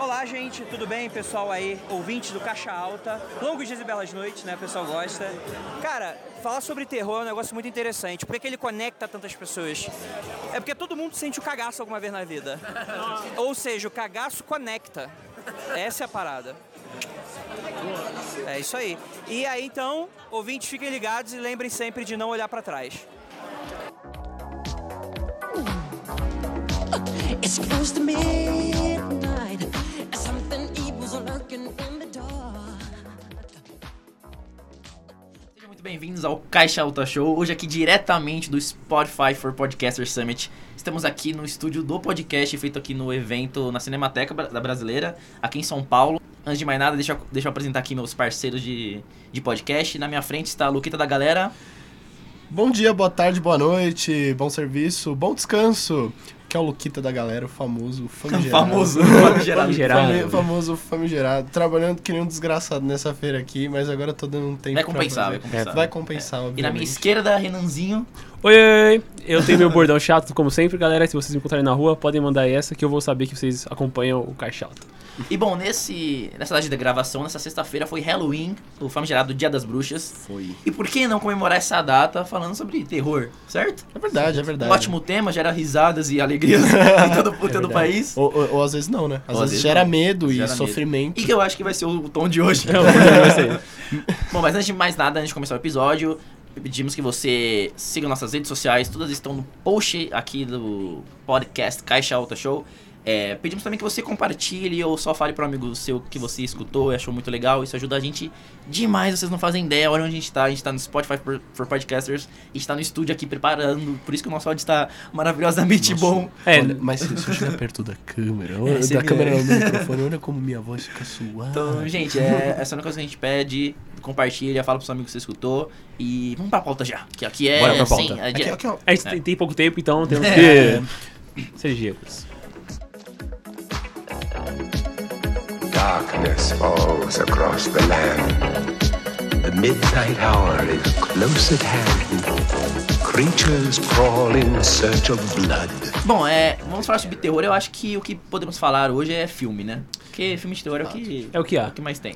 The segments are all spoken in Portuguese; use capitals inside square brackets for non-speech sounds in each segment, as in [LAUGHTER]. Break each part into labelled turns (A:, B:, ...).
A: Olá, gente, tudo bem, pessoal aí, ouvintes do Caixa Alta. Longos dias e belas noites, né? O pessoal gosta. Cara, falar sobre terror é um negócio muito interessante. Por que, que ele conecta tantas pessoas? É porque todo mundo sente o cagaço alguma vez na vida. Ou seja, o cagaço conecta. Essa é a parada. É isso aí. E aí, então, ouvintes, fiquem ligados e lembrem sempre de não olhar pra trás.
B: It's close to midnight. and Something evil's lurking in the dark.
C: Sejam muito bem-vindos ao Caixa Alta Show, hoje aqui diretamente do Spotify for Podcasters Summit. Estamos aqui no estúdio do podcast, feito aqui no evento na Cinemateca Bra- da Brasileira, aqui em São Paulo. Antes de mais nada, deixa eu, deixa eu apresentar aqui meus parceiros de, de podcast. Na minha frente está a Luquita da Galera.
D: Bom dia, boa tarde, boa noite, bom serviço, bom descanso. Que é o Luquita da galera, o famoso famigerado.
C: Famoso,
D: Fami-
C: Geraldo.
D: Fami famoso famigerado. Trabalhando que nem um desgraçado nessa feira aqui, mas agora tô dando um tempo
C: Vai
D: pra
C: compensar, vai
D: fazer.
C: compensar. É.
D: Vai compensar, obviamente.
C: E na minha esquerda, Renanzinho.
E: Oi, oi, oi. Eu tenho meu bordão chato, como sempre, galera. Se vocês me encontrarem na rua, podem mandar essa que eu vou saber que vocês acompanham o Caixa Alto.
C: E bom, nesse, nessa data de gravação, nessa sexta-feira, foi Halloween, o famigerado Dia das Bruxas.
D: Foi.
C: E por que não comemorar essa data falando sobre terror, certo?
D: É verdade, é verdade.
C: Um ótimo tema, gera risadas e alegrias [LAUGHS] em todo,
D: É
C: em todo o
D: verdade.
C: país.
D: Ou, ou- ou às vezes não, né? Às
C: Ou às vezes
D: vezes gera
C: não.
D: medo
C: Gera
D: e
C: medo.
D: sofrimento.
C: E que eu acho que vai ser É, o tom de hoje. [LAUGHS] Bom, mas antes de mais nada, antes de começar o episódio, pedimos que você siga nossas redes sociais, todas estão no post aqui do podcast Caixa Alta Show. É, pedimos também que você compartilhe ou só fale para um amigo seu que você escutou e achou muito legal. Isso ajuda a gente demais, vocês não fazem ideia. Olha onde a gente tá. A gente tá no Spotify for, for Podcasters. A gente tá no estúdio aqui preparando. Por isso que o nosso áudio está maravilhosamente bom.
E: É,
D: Olha, mas se você chegar perto da
C: [LAUGHS]
D: câmera, olha-
C: você
D: da
C: vê.
D: câmera não, do microfone, olha como minha voz fica suada.
C: Então, gente, é, essa é uma coisa que a gente pede. Compartilha, fala pros seus amigos que você escutou. E vamos pra pauta já. Que aqui é.
E: Bora pra
C: sem-
E: pauta.
C: é de-
D: Aqui, aqui, ó.
E: a gente tem- tem pouco tempo, então temos
C: É.
E: que ser gêmeos.
F: Darkness falls across the land. The midnight hour is close at hand. Creatures crawl in search of blood.
C: Bom, é, vamos falar sobre terror. Eu acho que o que podemos falar hoje é filme, né? Porque filme de terror é o que,
E: É o que há.
C: mais tem.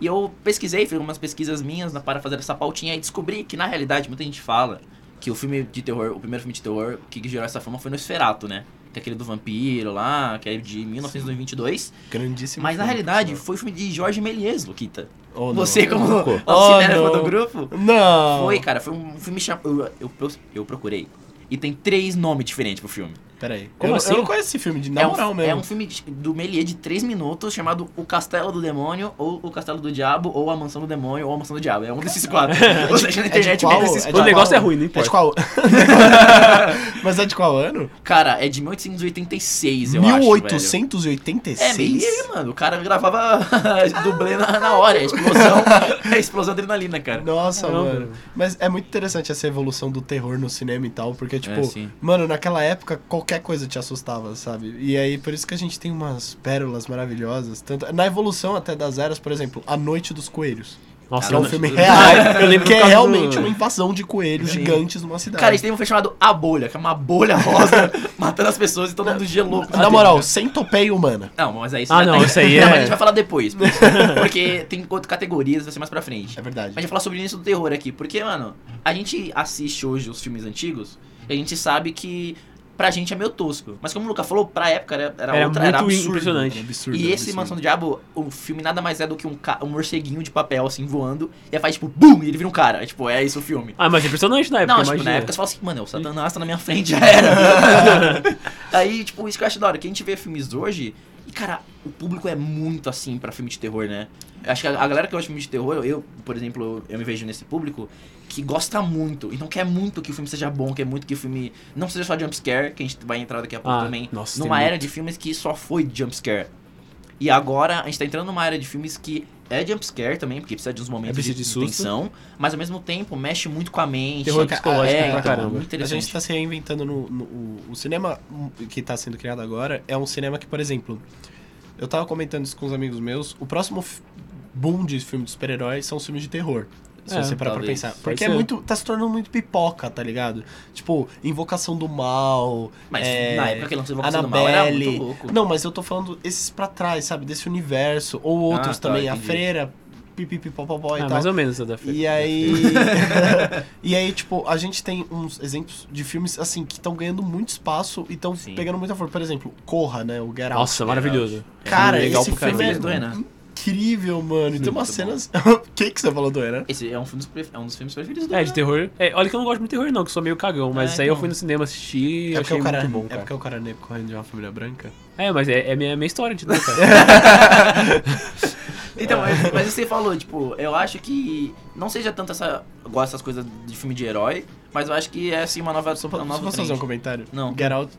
C: E eu pesquisei, fiz algumas pesquisas minhas na- para fazer essa pautinha e descobri que, na realidade, muita gente fala que o filme de terror, o primeiro filme de terror que gerou essa fama foi Nosferatu, né? Que é aquele do vampiro lá, que é de 1922.
D: Grandíssimo.
C: Mas na
D: um filme,
C: realidade,
D: pessoal.
C: foi o filme de Jorge Méliès, Luquita.
D: Oh, não.
C: Você, como
D: Louco.
C: o
D: Oh,
C: cinema do
D: não.
C: grupo,
D: Não!
C: foi, cara, foi um filme cham... eu, eu, eu procurei. E tem três nomes diferentes pro filme.
D: Peraí.
E: Como
D: eu,
E: assim?
D: eu não conheço esse filme, de, na
C: é um,
D: moral mesmo.
C: É um filme de- do Méliès de três minutos chamado O Castelo do Demônio, ou O Castelo do Diabo, ou A Mansão do Demônio, ou A Mansão do Diabo. É um desses
D: [LAUGHS]
C: quatro. Ou seja, na internet mesmo esses
D: É de
E: É O
C: quatro.
E: negócio
D: qual-
E: é ruim, não
D: É
E: importa.
D: de
E: [LAUGHS]
D: qual... Mas é de qual ano?
C: Cara, é de 1886, eu acho, velho.
D: 1886?
C: É, Méliès, mano. O cara gravava [LAUGHS] dublê na, na hora. É
D: [LAUGHS]
C: explosão, é explosão de adrenalina, cara.
D: Nossa,
E: Não,
D: mano.
E: mano.
D: Mas é muito interessante essa evolução do terror no cinema e tal,
E: É,
D: porque, tipo,
C: sim.
D: mano, naquela época qualquer coisa te assustava, sabe? E aí, por isso que a gente tem umas pérolas maravilhosas. Tanto... Na evolução até das eras, por exemplo, A Noite dos Coelhos.
E: Nossa,
D: Que é
C: Cara,
D: um
C: não-
D: filme real,
E: [LAUGHS] Eu lembro
D: que é
E: por causa do-
D: realmente uma invasão de coelhos
C: Sim.
D: gigantes numa cidade.
C: Cara, eles têm um filme chamado A Bolha, que é uma bolha rosa [LAUGHS] matando as pessoas e todo mundo gelou.
E: é
D: Na moral, sem topeia humana.
C: Não, mas é isso.
E: Ah,
C: já
E: não,
C: tem.
E: isso aí é-
C: mas a gente vai falar depois. Porque tem outras categorias, vai ser mais pra frente.
D: É verdade.
C: Mas a gente vai falar sobre o início do terror aqui. Porque, mano, a gente assiste hoje os filmes antigos e a gente sabe que pra gente é meio tosco. Mas como o Luca falou, pra época era, era,
E: Era
C: outra, era
E: muito
C: absurdo.
E: impressionante.
D: É absurdo,
C: E
D: é
C: esse
D: absurdo.
C: Mansão do Diabo, o filme nada mais é do que um, ca- um morceguinho de papel assim voando e aí faz tipo BUM! E ele vira um cara. É, tipo, é isso o filme.
E: Ah, mas é impressionante na época,
C: Não, tipo,
E: imagina.
C: na época você fala assim, mano, o Satanás tá na minha frente, já
E: [LAUGHS]
C: era. Aí, tipo, isso que eu acho da hora, que a gente vê filmes hoje, e cara, o público é muito assim pra filme de terror, né? Eu Acho que a, a galera que gosta de filme de terror, eu, por exemplo, eu me vejo nesse público, que gosta muito, então quer muito que o filme seja bom, quer muito que o filme não seja só jumpscare, que a gente vai entrar daqui a pouco
E: Ah,
C: também,
E: nossa, tem
C: numa
E: muito.
C: era de filmes que só foi jumpscare. E agora a gente tá entrando numa área de filmes que é jumpscare também, porque precisa de uns momentos
E: É precisa
C: de,
E: de
C: de
E: susto.
C: tensão, mas ao mesmo tempo mexe muito com a mente.
E: Terror psicológico
C: é,
E: pra
C: então,
E: caramba.
C: Muito
D: A gente
C: interessante.
D: tá se reinventando no, no- o, o cinema que tá sendo criado agora é um cinema que, por exemplo, eu tava comentando isso com os amigos meus, o próximo f- boom de filme de super-heróis são os filmes de terror. se
E: É,
D: você parar pra
C: talvez.
D: pensar. Porque é
E: ser.
D: muito. tá se tornando muito pipoca, tá ligado? Tipo, Invocação do Mal.
C: Mas
D: é,
C: na época que lançou Invocação do Mal era muito
D: Annabelle.
C: louco.
D: Não, mas eu tô falando esses pra trás, sabe? Desse universo. Ou outros
C: tá,
D: também. A
C: entendi.
D: Freira, pipipipopopó e
E: Ah,
D: tal.
E: mais ou menos a da Fê.
D: E aí. [LAUGHS] e aí, tipo, a gente tem uns exemplos de filmes, assim, que estão ganhando muito espaço e estão
C: Sim.
D: pegando muita força. Por exemplo, Corra, né? O Get Out.
E: Nossa, maravilhoso.
D: cara,
E: filme legal
D: esse
E: pro
D: filme
E: caralho.
D: é
C: Do Renan.
D: incrível, mano. E tem umas
C: bom.
D: cenas. [LAUGHS] O que, que você falou do né? Era?
C: Esse é um, filme dos pre- é um dos filmes preferidos do
E: É,
C: Renan.
E: de terror. É, olha que eu não gosto muito de terror, não, que eu sou meio cagão, mas
C: Ah,
E: isso aí eu
C: então.
E: fui no cinema assistir e
D: É porque,
E: achei
D: o cara,
E: muito bom,
D: é
E: cara.
D: porque o cara é correndo de uma família branca?
E: É, mas é, é minha, minha história de novo, cara.
C: Então, mas- mas você falou, tipo, eu acho que não seja tanto essa. Eu gosto dessas coisas de filme de herói, mas eu acho que é assim uma nova. Uma
D: Posso
C: nova
D: posso fazer um
C: trend.
D: comentário?
C: Não.
D: Get Out,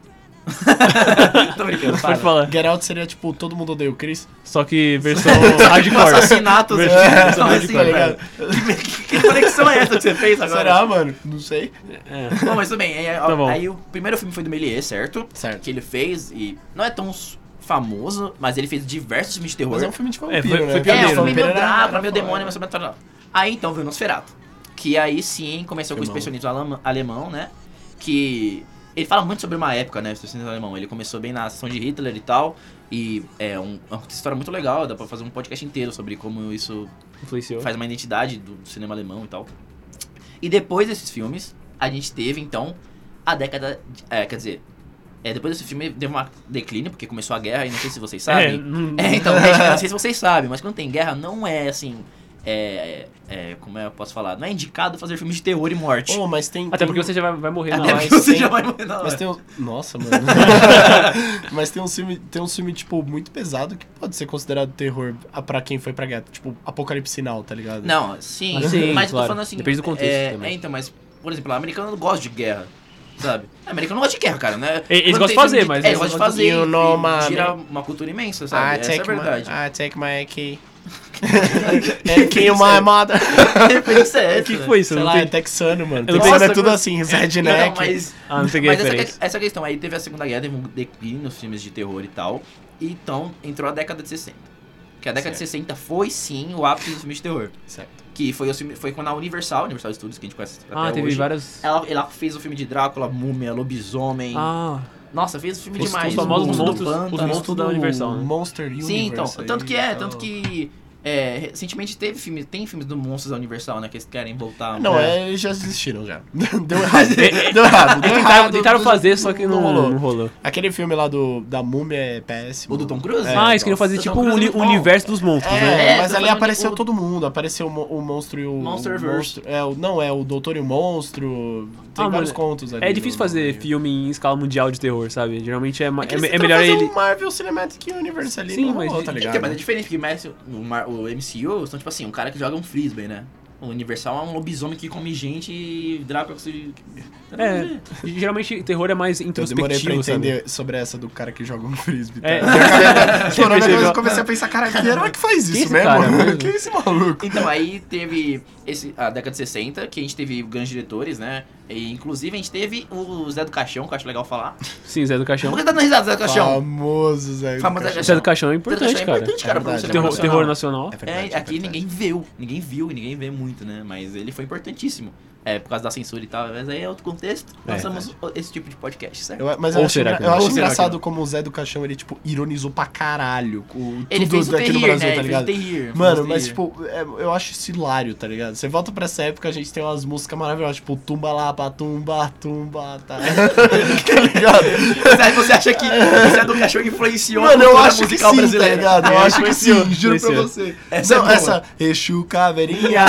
C: [LAUGHS] Tô brincando, fala.
E: Pode [LAUGHS] falar.
D: Get Out seria tipo, todo mundo odeia o Chris.
E: Só que versão hardcore.
C: Assassinatos,
E: Versão
C: assim,
E: hardcore,
C: assim,
E: tá
D: ligado?
C: velho. Que, que conexão é essa que você fez agora?
D: Será, mano? Não sei.
E: É.
C: Bom, mas tudo bem. Aí,
E: Tá bom.
C: aí o primeiro filme foi do Méliès, certo?
D: Certo.
C: Que ele fez e não é tão s- famoso, mas ele fez diversos filmes de terror.
D: Mas é um filme de vampiro,
E: É, foi- foi
D: né?
E: pioneiro.
C: É, um filme
D: Vampiro
C: meio
D: era-
C: drama,
D: era
C: meio
D: foda.
C: demônio, mas sobrenatural. Aí então veio o Nosferatu. Que aí sim começou com o
D: Filmão.
C: expressionismo alam- alemão, né? Que ele fala muito sobre uma época, né? O expressionismo alemão. Ele começou bem na ação de Hitler e tal. E é um- é uma história muito legal, dá pra fazer um podcast inteiro sobre como isso
E: Influenciou.
C: faz uma identidade do cinema alemão e tal. E depois desses filmes, a gente teve então a década. de- é, quer dizer, é, depois desse filme deu uma declínio, porque começou a guerra, e não sei se vocês
E: É,
C: sabem.
E: não-
C: É, então, gente,
E: [LAUGHS]
C: não sei se vocês sabem, mas quando tem guerra, não é assim. É, é, como é, eu posso falar? Não é indicado fazer filmes de terror e morte.
D: Oh, mas tem.
E: Até
D: tem-
E: porque você já vai, vai morrer na
C: Até
E: hora.
C: porque
D: mas
C: você
D: tem-
C: já vai morrer na hora.
D: Mas tem um... Nossa, mano. [LAUGHS] mas tem um filme, tem um filme, tipo, muito pesado que pode ser considerado terror a- pra quem foi pra guerra. Tipo, Apocalipse Sinal, tá ligado?
C: Não, sim,
E: Ah, sim,
C: mas eu
E: claro.
C: tô falando assim.
E: Depende do contexto
C: é,
E: também.
C: é, então, mas, por exemplo, o americano não gosta de guerra, sabe? O americano não gosta de guerra, cara, né?
E: E- eles
C: Quando
E: gostam
C: tem
E: de fazer,
C: filme
E: mas
C: É,
E: eles
C: eles gostam de
D: não
C: fazer.
D: gostam de-
C: e-
D: You know, man.
C: e Gira uma cultura
E: Ah,
C: imensa, sabe? Essa é a verdade.
E: [LAUGHS]
D: My, I Ah, take
C: [LAUGHS]
D: my key.
C: Que
D: And kill
C: isso
D: my
C: é?
D: mother.
C: Referência é essa,
E: O que que
C: né?
E: foi
D: [LAUGHS]
E: isso?
D: Sei
E: Eu não
D: lá, é
E: entendi.
D: texano, mano.
E: Eu não
D: Texano é
C: tenho-
D: tudo assim, redneck.
C: Não, mas,
E: Ah, não peguei a
C: mas essa,
E: referência.
C: que- é essa questão aí, teve a Segunda Guerra, teve um declínio nos filmes de terror e tal. E então, entrou a década de 60. Que a década de 60 foi, sim, o ápice dos filmes de terror.
D: Certo.
C: Que foi, o filme- foi quando a Universal, Universal Studios, que a gente conhece até
E: Ah, teve
C: hoje,
E: várias.
C: Ela, ela fez o filme de Drácula, Múmia, Lobisomem.
E: Ah,
C: Nossa, fez o filme
E: Os-
C: demais.
E: os famosos
C: O Mundo
E: monstros-
C: do Pântano.
E: os monstros da Universal, né?
D: Monster Universe.
C: Sim, então.
D: aí,
C: Tanto que é,
D: então.
C: tanto que. é, recentemente teve filme, tem filmes do Monstros da Universal, né? Que eles querem voltar.
D: Não,
C: né?
D: é, eles já desistiram já. [LAUGHS] Deu errado. Deu errado. Deu
E: tentaram,
D: errado.
E: tentaram fazer, só que não, não rolou.
D: Aquele filme lá do, da múmia é péssimo.
C: O do Tom Cruise?
D: É,
E: ah, eles queriam
D: nossa.
E: fazer
C: Tom
E: tipo o
C: Cruise é
E: uni-
C: muito bom.
E: universo dos monstros, né?
D: É,
C: É,
D: mas
C: tô
D: ali
C: falando
D: apareceu
C: de-
D: todo mundo. Apareceu o, mo- o monstro e o.
C: Monsterverse.
D: o monstro- é, o- não, é o Doutor e o Monstro. Tem
E: Ah,
D: vários
E: mano,
D: contos ali.
E: É
D: no-
E: difícil
D: no-
E: fazer filme em escala mundial de terror, sabe? Geralmente é, ma-
D: que eles
E: é, é
D: tentaram
E: melhor
D: fazer
E: ele.
D: um Marvel Cinematic Universe ali.
E: Sim,
D: não
E: mas
D: rolou, tá
E: de-
D: ligado?
C: Então, mas é diferente, porque o, Messi- o, Mar- o MCU são tipo assim, um cara que joga um frisbee, né? O Universal é um lobisomem que come gente e Drácula que se.
E: É, geralmente terror é mais
D: Então, Eu demorei pra
E: introspectivo, sabe?
D: entender sobre essa do cara que joga um frisbee. Tá?
E: É. [LAUGHS]
D: Estourou minha cabeça,
E: percebeu?
D: eu comecei a pensar, cara, que herói que faz
E: Que
D: isso
E: esse
D: mesmo?
E: cara
D: [LAUGHS]
E: mesmo?
D: Que esse maluco?
C: Então, aí teve esse, a década de 60, que a gente teve grandes diretores, né? E, inclusive, a gente teve o Zé do Caixão, que eu acho legal falar.
E: Sim, Zé do Caixão.
C: Por que tá dando risada, Zé do Caixão?
D: Famoso, Zé. do
C: Famoso Zé do
D: Caixão.
E: Zé do Caixão é
C: Zé do
E: importante,
C: Caixão
E: cara.
C: importante, cara,
D: É
C: pra
D: verdade,
C: você né,
E: Terror,
D: internacional.
E: terror nacional.
D: verdade,
C: É, aqui
D: verdade.
C: ninguém viu, ninguém viu e ninguém vê muito, né? Mas ele foi importantíssimo. É, por causa da censura e tal, mas aí é outro contexto.
E: É,
C: Nós somos esse tipo de podcast, certo?
D: Eu- mas
E: Ou
D: eu acho,
E: será
D: engra-
E: que
D: eu
E: não?
D: acho
E: Ou será que
D: engraçado
E: não?
D: como o Zé do Caixão, ele, tipo, ironizou pra caralho com
C: Ele
D: tudo
C: fez o
D: aqui no
C: Terrir,
D: Brasil,
C: né? Ele
D: tá
C: fez o
D: ligado?
C: Terrir. fez
D: Mano,
C: o
D: mas
C: Terrir.
D: tipo, é, eu acho isso hilário, tá ligado? Você volta pra essa época, a gente tem umas músicas maravilhosas, tipo, tumba lá, pra tumba, tumba, tá. [LAUGHS] tá ligado?
C: Aí [LAUGHS] você acha
D: [LAUGHS]
C: que o Zé do Cachorro influenciou
D: Mano,
C: a
D: eu
C: cultura
D: acho que
C: musical
D: sim, tá
C: brasileira?
D: ligado? Eu
E: É,
D: acho que
E: influenciou,
D: sim, juro pra
E: influenciou.
D: você.
C: Essa
D: Não,
C: é boa.
D: essa, Exu
C: [LAUGHS]
D: Caveirinha,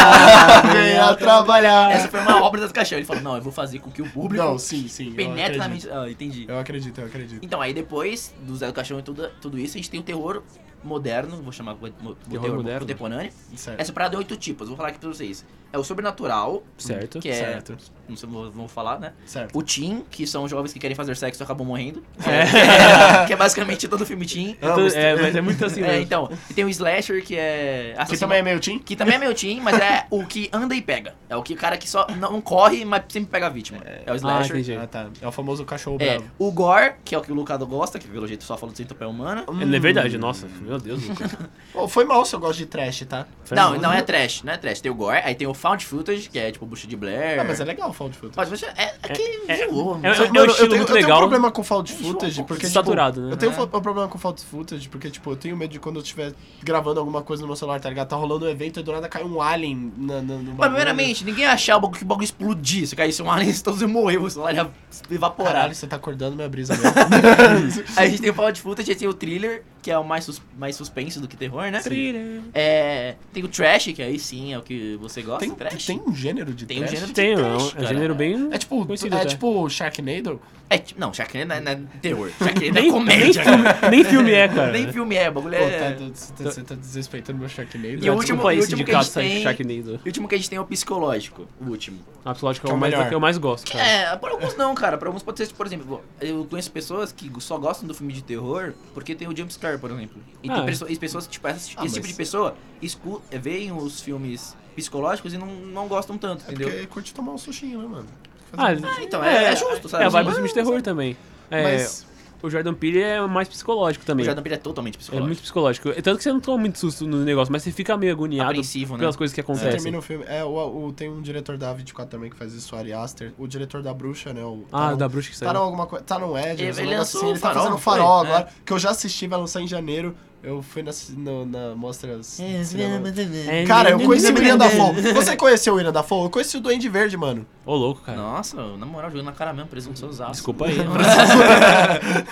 D: venha
C: Essa
D: trabalhar.
C: foi uma obra do Zé do Caixão. Ele falou, não, eu vou fazer com que o público
D: Não, sim, sim. eu
C: penetre na
D: acredito.
C: mente... Ah, entendi.
D: Eu acredito, eu acredito.
C: Então, aí depois do Zé do Caixão e tudo, tudo isso, a gente tem o terror moderno, vou chamar de terror, terror
E: moderno.
C: contemporâneo.
D: Certo.
C: Essa parada é oito tipos, vou falar aqui pra vocês. É o sobrenatural,
E: Certo.
C: que é...
D: Certo.
C: Não sei, vou, vou falar, né?
D: Certo.
C: O teen, que são jovens que querem fazer sexo e acabam morrendo. É. [LAUGHS] que é basicamente todo filme teen.
E: É, tudo- é, mas é muito assim,
C: É,
E: né?
C: então, e tem o slasher, que é...
D: Você
E: Assim,
C: assassino-
D: também é meio Tim?
C: que também é meu time, mas é o que anda e pega. É o que cara que só não corre, mas sempre pega a vítima. É, o
E: Ah,
C: slasher.
E: entendi.
D: Ah, tá. É o famoso cachorro
C: é,
D: bravo.
C: o gore, que é o que o Lucado gosta, que pelo jeito só fala do centopeia humana.
E: É verdade, nossa. Meu Meu Deus do céu.
D: Hum. Pô, foi mal se eu gosto de trash, tá?
E: Foi
C: Não,
E: mal.
C: não é trash, não é trash. Tem o Gore, aí tem o Found Footage, que é tipo bucha de Blair.
D: Ah, mas é legal o Found Footage.
C: Mas você- é, é que zoou,
E: é-
C: mano.
D: Não,
E: é- um estilo
D: tenho,
E: muito
D: eu tenho
E: legal.
D: um problema com found footage, porque, tipo,
E: Saturado, né?
D: Eu tenho um fo- um problema com found footage, porque, tipo, eu tenho medo de quando eu estiver gravando alguma coisa no meu celular, tá ligado? Tá rolando um evento e do nada cai um alien na, na,
C: Mas
D: no bagulho.
C: primeiramente, ninguém ia achar o bagulho que o bagulho explodir. Se caísse um alien, [LAUGHS] todos iam morrer, o celular ia evaporar.
D: Caralho, você tá acordando minha [LAUGHS] brisa mesmo.
C: Aí a gente tem o Found Footage, aí tem o Thriller, que é o mais, sus- mais suspense do que terror, né?
E: Thriller.
C: É, tem o Trash, que aí sim é o que você gosta.
D: tem,
C: trash.
D: tem um gênero de
C: Tem um
D: trash?
C: gênero de
E: Tem, é
C: trash,
E: um- é um
C: cara.
E: gênero bem.
D: É tipo,
E: Conhecido
D: é
E: até.
D: tipo Sharknado?
C: É, tipo- não, Sharknado não é, não é terror. Sharknado é
E: Nem, nem,
C: comédia.
E: filme, nem filme é, cara.
C: Nem filme é, o bagulho
D: Pô,
C: é...
D: tá- tá- tá- você tá desrespeitando meu Sharknado?
C: E o
E: Desculpa
C: último-
E: aí,
C: e o último que a
E: sindicato
C: gente tem-
E: Sharknado.
C: E o último que a gente tem é o psicológico, o último.
E: A psicológica
D: Que
E: é
D: é
E: o
D: o
E: mais
D: melhor.
E: que eu mais gosto, cara.
C: É, pra alguns não, cara. Pra alguns pode ser, por exemplo, eu conheço pessoas que só gostam do filme de terror porque tem o jumpscare, por exemplo. E
E: Ah,
C: tem
E: é.
C: pessoas, e pessoas que, tipo, essas- esse
D: Ah, mas-
C: tipo de pessoa escu- veem os filmes psicológicos e não, não gostam tanto, entendeu?
D: Porque curte tomar um sushinho, né, mano?
E: Ah,
C: Ah, então, é, é justo, sabe?
E: É, a vibe do
C: Mas-
E: filme de terror também. É,
D: Mas,
E: O Jordan Peele é mais psicológico
C: O
E: também.
C: Jordan Peele é totalmente
E: É
C: psicológico.
E: muito [LAUGHS] psicológico. Tanto que você não toma muito susto no negócio, mas você fica meio agoniado
C: Apreensivo, né?
E: pelas coisas que
D: você
E: acontecem.
D: termina o filme... É, o, o- tem um diretor da 24 também que faz isso, o Ari Aster. O diretor da Bruxa, né? O
E: Ah,
D: Taron-
E: da bruxa que
D: Tá
E: saiu.
D: no alguma coisa. Tá no
C: Ele-
D: Edge, ele,
C: ele
D: ele,
C: lançou
D: assim, ele
C: o
D: tá
C: Farol,
D: fazendo
C: não
D: um farol
C: foi? É.
D: agora. Que eu já assisti, vai lançar em janeiro. Eu fui na, ci- no- na mostra. cinema.
E: É,
D: Cara, eu
E: nem-
D: conheci
E: nem-
D: o
C: [LAUGHS]
D: William Dafoe. Você conheceu o William Dafoe? Eu conheci o Duende Verde, mano.
E: Ô, louco, cara.
C: Nossa, na moral, jogando na cara mesmo, um presunçoso.
E: Desculpa
C: [LAUGHS]
D: né?
E: aí.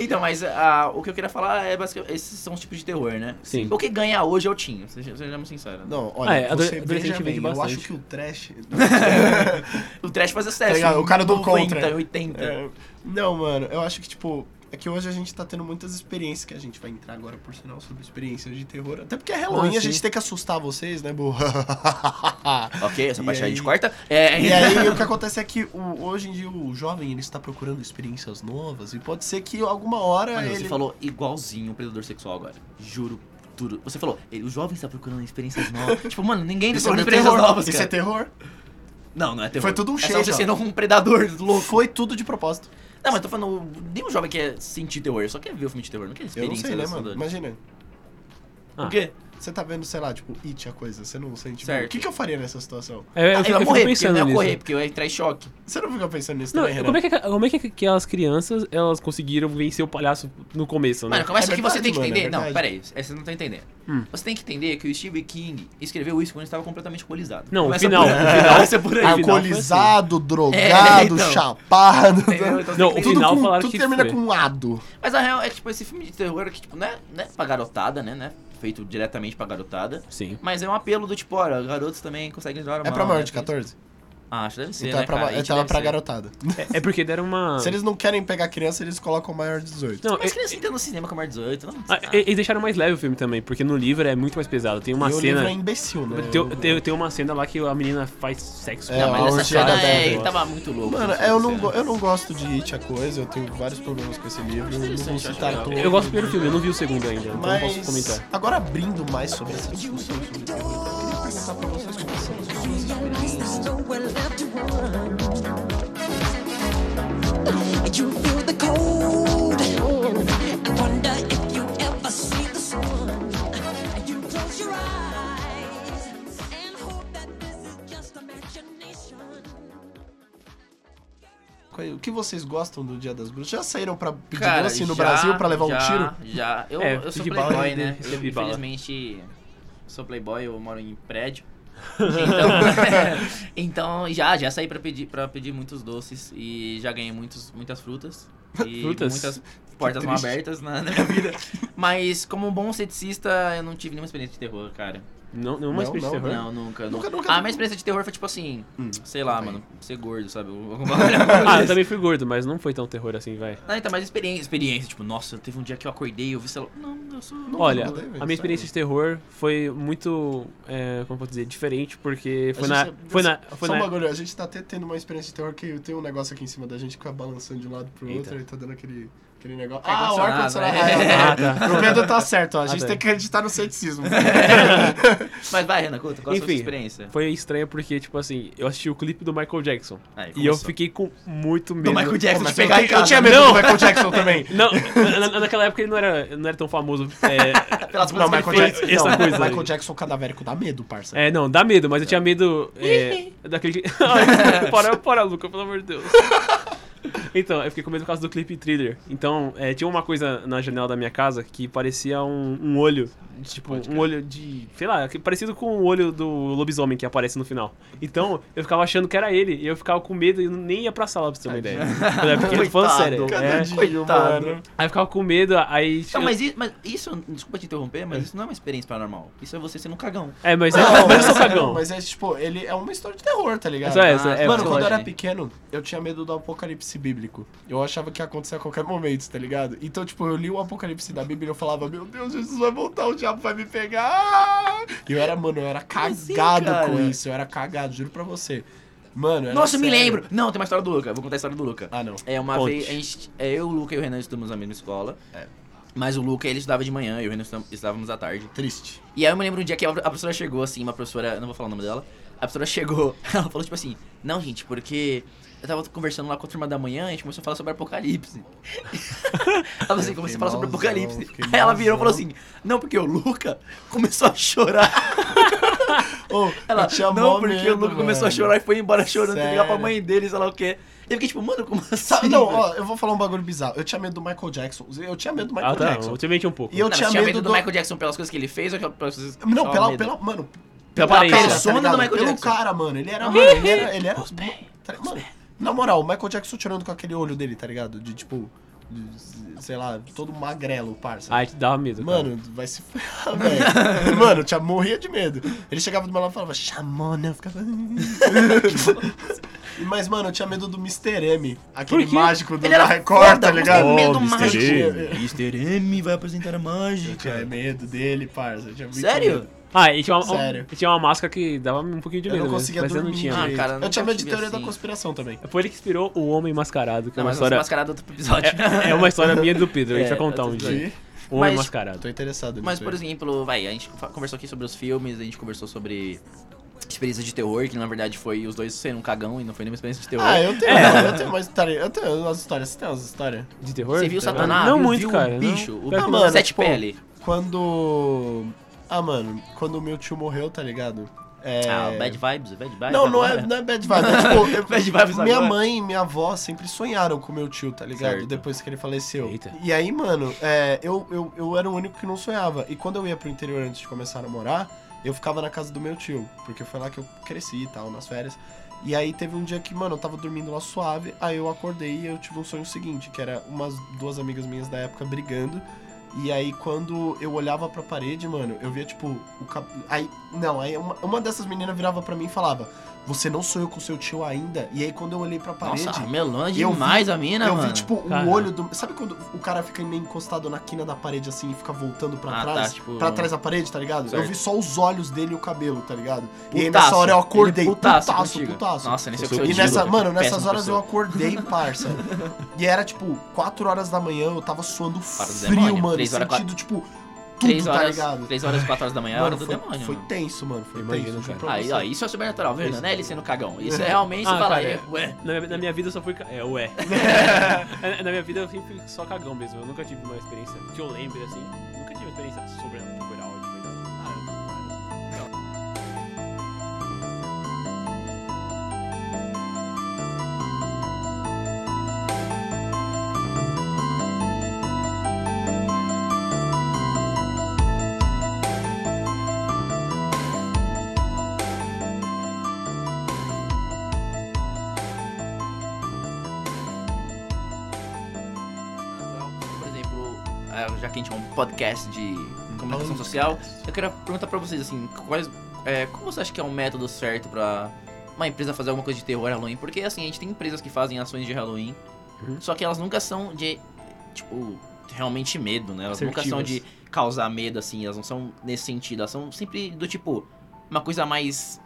C: Então, mas ah, o que eu queria falar é basicamente. Esses são os tipos de terror, né?
E: Sim.
C: O que ganha hoje é o Tinho, seja- sejamos sinceros.
D: Não,
E: Ah,
D: olha,
E: é,
D: você
E: adolescente
D: veja
E: vende
D: bem, eu
E: bastante.
D: acho que o trash...
E: [LAUGHS]
C: O Trash faz sucesso.
D: Tá ligado? O cara do
C: 90,
D: Contra.
C: 80.
D: É, não, mano, eu acho que, tipo... É que hoje a gente tá tendo muitas experiências que a gente vai entrar agora, por sinal, sobre experiências de terror. Até porque é Halloween,
E: Ah,
D: a gente
E: sim.
D: tem que assustar vocês, né,
C: [LAUGHS]
D: burro?
C: Ok, essa
D: E
C: parte aí a gente
D: aí?
C: corta. É,
D: E
C: [LAUGHS]
D: aí o que acontece é que o- hoje em dia o jovem ele está procurando experiências novas e pode ser que alguma hora
C: Mano,
D: ele
C: você falou igualzinho o predador sexual agora. Juro, tudo. Você falou, ele- o jovem está tá procurando experiências
D: [LAUGHS]
C: novas. tipo, mano, ninguém tá
D: isso é
C: procurando
D: meu
C: experiências
D: terror.
C: novas,
D: isso
C: cara.
D: é terror.
C: Não, não é terror.
D: Foi tudo um
C: é só
D: shake,
C: você
D: ó.
C: sendo um predador louco.
D: Foi tudo de propósito.
C: Não, mas tô falando, nenhum jovem quer sentir terror, ele só quer ver o filme de terror, não quer
D: Eu não
C: experiência.
D: sei, né,
C: dessa
D: mano?
C: da-
D: Imagina.
E: Ah.
C: O quê?
D: Você tá vendo, sei lá, tipo, it a coisa, você não sente.
C: Certo.
D: O que, que eu faria nessa situação?
E: É, eu
C: Ah, ele
E: fico, eu
C: vai
E: fico
C: morrer, porque ele
E: pensando
C: não ia
E: nisso.
C: correr, porque eu ia entrar em choque.
D: Você não fica pensando nisso
E: Não,
D: também, Renan?
E: como é, que, como é que aquelas crianças elas conseguiram vencer o palhaço no começo, né?
C: Mano, começa
D: É
C: que você
D: verdade,
C: tem que
D: mano, é
C: entender. não,
D: verdade.
C: peraí, essa eu não tá entendendo.
E: Hum.
C: Você tem que entender que o Steve King escreveu isso quando ele estava completamente alcoolizado.
E: Não, o
C: Começa
E: final,
C: por aí.
E: o
C: [LAUGHS]
E: final.
C: Começa por aí.
E: Ah, final foi assim.
D: Alcoolizado,
C: É,
D: drogado,
C: então.
D: chapado.
C: Entendeu? Então você
E: Não,
C: tem que
D: Tudo,
E: o É, final
D: com-
E: falaram
D: tudo
E: que
D: termina
E: foi.
D: com um ado.
C: Mas a real é que, tipo, esse filme de terror que, tipo, não é, não é pra garotada, né? Não é feito diretamente pra garotada.
E: Sim.
C: Mas é um apelo do tipo, olha, garotos também conseguem jogar
D: É pra maior
E: né,
D: de 14?
C: Ah, acho que deve ser,
D: Então
C: né,
D: é pra,
C: cara?
D: ma-
C: A gente
D: então é
C: deve
D: pra
C: ser.
D: garotada.
E: É porque deram uma.
D: Se eles não querem pegar criança, eles colocam maior de 18.
E: Não,
C: Mas
E: e-
C: criança entra no cinema com maior 18, não?
E: ah, e- eles deixaram mais leve o filme também, porque no livro é muito mais pesado. Tem uma
D: e o
E: cena.
D: livro é imbecil, né?
E: Tem,
D: Eu-
E: tem- tem uma cena lá que a menina faz sexo
D: É,
E: com a
C: não,
D: a
C: mas essa
D: orgia da
C: cena é,
D: Débora.
C: ele tava muito louco. assim,
D: Mano,
C: nessa
D: eu não,
C: cena.
D: go- eu não gosto de It a coisa, eu tenho vários problemas com esse livro, eu não vou citar todos.
E: Eu gosto do primeiro filme, eu não vi o segundo ainda, então não posso
D: mas
E: comentar.
D: agora abrindo mais sobre essa discussão, sobre terror, eu queria perguntar pra vocês como são as suas experiências.
B: nowhere left to run. You feel the cold. I wonder if you ever see the sun. You close your eyes and hope that this is just imagination.
D: O que vocês gostam do Dia das Bruxas? Já saíram pra pedir
C: Cara,
D: doce assim, no
C: já-
D: Brasil pra levar um
C: já-
D: tiro?
C: Já, eu,
E: É,
C: eu sou
E: de bala,
C: playboy,
E: né?
C: né?
E: De
C: Eu,
E: bala.
C: infelizmente, sou playboy, eu moro em
D: [LAUGHS]
C: prédio. Então, [LAUGHS] então, já, já saí pra pedir, pra pedir muitos doces e já ganhei muitos, muitas frutas.
D: [LAUGHS]
C: E
E: Frutas?
C: muitas portas
D: Que
C: não
D: triste.
C: abertas na, na minha vida. Mas como um bom ceticista, eu não tive nenhuma experiência de terror, cara.
E: Não, não é uma
D: Não,
E: experiência de
D: não,
E: terror.
C: Não, nunca.
D: Nunca,
C: nunca,
D: nunca, Hum.
C: A
D: Tá nunca.
C: minha experiência de terror foi tipo assim, sei lá,
D: aí.
C: mano, ser gordo, sabe?
D: [LAUGHS]
E: Ah,
C: Ah,
E: eu também fui gordo, mas não foi tão terror assim, vai.
C: Não, então, mas experiência, experiência, tipo, nossa, teve um dia que eu acordei, eu vi celular. Não, eu sou. não
E: Olha,
D: mudei, né, velho,
E: a minha experiência de terror foi muito, é, como eu posso dizer, diferente, porque foi
D: A
E: na,
D: gente-
E: foi na,
D: só
E: foi
D: um
E: na,
D: bagulho, a gente tá até tendo uma experiência de terror que tem um negócio aqui em cima da gente que fica balançando de um lado pro outro e tá dando aquele, Aquele negócio. Ah, o ar-condicionado.
C: ar-condicionado,
D: Ah,
E: é. Ah, tá.
D: O Pedro tá certo, ó. A gente
E: tá.
D: tem que acreditar no ceticismo.
C: Mas vai, Renan, conta, qual a sua
E: Enfim.
C: experiência?
E: Foi estranho porque, tipo assim, eu assisti o clipe do Michael Jackson.
C: Aí,
E: e eu
C: Ah, começou.
E: fiquei com muito medo.
C: Do Michael
D: Pô,
C: Jackson
D: mas
C: te
D: eu,
C: pegar em
D: eu
C: casa.
D: tinha é medo
E: Não.
D: do Michael Jackson também.
E: Não, na- na- naquela época ele não era, não era tão famoso. é,
C: Pelas
D: Não,
C: coisas que
D: Michael
C: ele fez.
D: Jackson.
E: essa
D: não,
E: coisa aí.
D: Michael Jackson cadavérico dá medo, parça.
E: É, não, dá medo, mas eu tinha medo é, daquele. que- [LAUGHS]
D: [LAUGHS]
E: Ai, para, para, Luca, pelo amor de Deus. Então, eu fiquei com medo por causa do clipe thriller. Então, é, tinha uma coisa na janela da minha casa que parecia um, um olho. Tipo, um olho de. Sei lá, que- parecido com o olho do lobisomem que aparece no final. Então, eu ficava achando que era ele. E eu ficava com medo e eu nem ia pra sala, pra você ter uma ideia. Quando eu era pequeno, falando sério.
C: Coitado,
E: é.
C: Coitado.
E: aí eu ficava com medo, aí.
C: Não, mas, i- mas isso, desculpa te interromper, mas isso não é uma experiência paranormal. Isso é você sendo um cagão.
E: É, mas,
D: Não,
E: mas eu sou
D: mas é-
E: cagão.
D: Mas é tipo, ele é uma história de terror, tá ligado?
E: Essa é essa. É,
D: Mano, quando
E: você
D: eu
E: gosta,
D: era
E: né?
D: pequeno, eu tinha medo do apocalipse bíblico. Eu achava que ia acontecer a qualquer momento, tá ligado? Então, tipo, eu li o apocalipse da Bíblia e eu falava, meu Deus, Jesus vai voltar, o diabo vai me pegar. E eu era, mano, eu era
C: assim,
D: cagado
C: cara?
D: com isso, eu era cagado, juro pra você. Mano, eu era
C: Nossa, eu me
D: né? sério.
C: lembro! Não, tem uma história do Luca. Eu Vou contar a história do Luca.
D: Ah, não.
C: É uma
E: Conte.
C: vez. A gente, é, eu, o Luca e o Renan estudamos na mesma escola.
D: É.
C: Mas o Luca ele estudava de manhã e o Renan estudava- estudávamos à tarde.
D: Triste.
C: E aí eu me lembro um dia que a a professora chegou assim, uma professora, não vou falar o nome dela. A professora chegou, [LAUGHS] ela falou tipo assim: "Não, gente, porque eu tava conversando lá com a turma da manhã, a gente começou a falar sobre apocalipse". [LAUGHS] ela falou assim,
D: Eu
C: começou
D: fiquei
C: a falar sobre
D: mauzão,
C: apocalipse.
D: fiquei
C: Aí ela virou e falou
D: mauzão.
C: assim: "Não, porque o Luca começou a chorar". [LAUGHS]
D: Ô,
C: Ela,
D: eu tinha
C: não,
D: mó
C: porque
D: medo,
C: o Luca começou a
D: mano.
C: chorar e foi embora chorando, pra ligar pra
D: Sério.
C: mãe dele, sei lá o quê. E eu fiquei tipo, mano, como assim?
D: Sabe, não,
C: velho?"
D: ó, eu vou falar um bagulho bizarro. Eu tinha medo do Michael Jackson. Eu tinha medo do Michael
E: Ah, tá.
D: Jackson.
E: Ultimamente um pouco.
D: E eu
C: Não,
D: tinha,
C: você tinha
D: medo do.
C: Michael Jackson pelas coisas que ele fez ou pelas coisas que
D: Não,
C: só
D: pela,
C: medo?
D: pela. Mano,
E: Pela
D: pela
E: aparência.
D: cara, tá
C: Persona do
D: ligado?
C: Michael
D: Pelo
C: Jackson.
D: cara, mano. Ele
C: [LAUGHS]
D: era. Mano, ele era. Ele era tá mano, na moral, o Michael Jackson tirando com aquele olho dele, tá ligado? De tipo. de- sei lá, todo magrelo, parça.
E: Ai, te dava medo. cara.
D: Mano, vai se ferrar, velho. [LAUGHS] Mano, eu tinha, morria de medo. Ele chegava do meu lado e falava, chamona, eu ficava. [LAUGHS] "Tipo, Mas, mano, eu tinha medo do Mr. M, aquele
E: Por quê?
D: mágico do
C: Ele era
D: da Record,
C: foda,
D: tá
C: você
D: ligado?
C: tem medo
D: Eu
C: mágico.
D: tinha-
C: Mr. M vai apresentar a
D: Eu
C: mágica.
D: tinha medo dele, parça. Eu tinha muito
C: Sério?
D: medo.
E: Ah, e tinha uma,
D: Sério.
E: e tinha uma máscara que dava um pouquinho de
D: Eu
E: medo,
D: não
E: mesmo,
D: conseguia
E: mas eu
D: dormir.
E: não tinha.
C: Ah,
D: direito.
C: cara,
D: eu
C: nunca
D: tinha medo de
C: tive
D: teoria da
C: assim.
D: conspiração também.
E: Foi ele que inspirou o Homem Mascarado, que é
C: Não,
E: uma
C: mas
E: história.
C: história... mascarada outro episódio. [LAUGHS]
E: É uma história minha e do Pedro, a gente
C: É,
E: vai contar um
C: outro
E: dia.
D: E
E: O Homem
C: Mas-
E: Mascarado.
D: tô interessado nisso.
C: Mas, por
D: aí.
C: exemplo, vai, a gente fa- conversou aqui sobre os filmes, a gente conversou sobre experiências de terror, que na verdade foi os dois serem um cagão e não foi nenhuma experiência de terror.
D: Ah, eu tenho, eu tenho mais história. Eu tenho umas histórias. Você tem umas histórias?
E: De terror?
C: Você viu o
E: Tá-
C: Satanás?
E: Não
C: viu-
E: muito,
C: viu
D: um
E: cara.
C: O
E: não.
C: bicho, o
E: Pior que
D: Ah,
C: bicho
D: mano,
C: sete
D: pô.
C: pele.
D: Quando. Ah, mano, quando o meu tio morreu, tá ligado? É.
C: Ah, o Bad Vibes, o Bad Vibes.
D: Não, não é,
C: agora.
D: não é bad vibe.
C: [LAUGHS]
D: É, tipo, eu-
C: Bad vibes
D: minha
C: agora.
D: mãe e minha avó sempre sonharam com meu tio, tá ligado?
C: Certo.
D: Depois que ele faleceu.
E: Eita.
D: E aí, mano, é, eu, eu, eu era o único que não sonhava. E quando eu ia pro interior antes de começar a namorar, eu ficava na casa do meu tio. Porque foi lá que eu cresci e tal, nas férias. E aí teve um dia que, mano, eu tava dormindo lá suave, aí eu acordei e eu tive um sonho seguinte, que era umas duas amigas minhas da época brigando. E aí quando eu olhava pra parede, mano, eu via tipo o cap... aí não, aí uma, uma dessas meninas virava pra mim e falava: "Você não sonhou com seu tio ainda?". E aí quando eu olhei pra parede,
C: Nossa, melona
D: Eu vi-
C: demais a mina,
D: eu
C: mano.
D: vi tipo o
E: Cara.
D: olho do, sabe quando o cara fica meio encostado na quina da parede assim e fica voltando pra
C: Ah,
D: trás,
C: tá, tipo,
D: pra trás da parede, tá ligado?
C: Certo.
D: Eu vi só os olhos dele e o cabelo, tá ligado? E aí
C: Putaço.
D: nessa hora eu acordei,
C: Ele putaço contigo.
D: putaço.
C: Nossa, nesse é o que
E: E
C: eu
D: E
C: digo,
D: nessa,
C: cara,
D: mano,
C: péssima
D: nessas horas eu
C: pessoa.
D: acordei, parça. e era tipo 4 horas da manhã, eu tava suando
C: Para do
D: frio,
C: demônio,
D: mano.
C: três horas,
D: sentindo, tipo, tudo,
C: Três
D: tá
C: horas,
D: ligado?
C: 3 horas, 4 horas da manhã é hora
D: mano,
C: do
D: foi,
C: demônio.
D: foi
C: mano.
D: tenso, mano. Foi
E: Imagino,
D: tenso.
E: cara.
D: juro pra
C: Aí,
D: você.
C: ó, isso é sobrenatural, viu, Renan? É ele sendo cagão. Isso é
D: [LAUGHS]
E: Isso.
C: realmente, você
E: Ah,
C: fala,
E: cara,
C: é,
E: é.
C: ué.
E: Na minha, na minha vida eu só fui. ca- É, ué. na, na minha vida eu sempre fui só cagão mesmo. Eu nunca tive uma experiência que eu lembre assim. Nunca tive uma experiência sobrenatural de verdade. Ah,
C: Por exemplo, ah, já que a gente é um podcast de comunicação social, eu quero perguntar pra vocês, assim, quais, é, como você acha que é o método certo pra uma empresa fazer alguma coisa de terror Halloween? Porque, assim, a gente tem empresas que fazem ações de Halloween, só que elas nunca são de, tipo, realmente medo, né? Elas nunca são de
E: Assertivas.
C: causar medo, assim, elas não são nesse sentido, elas são sempre do tipo, uma coisa mais...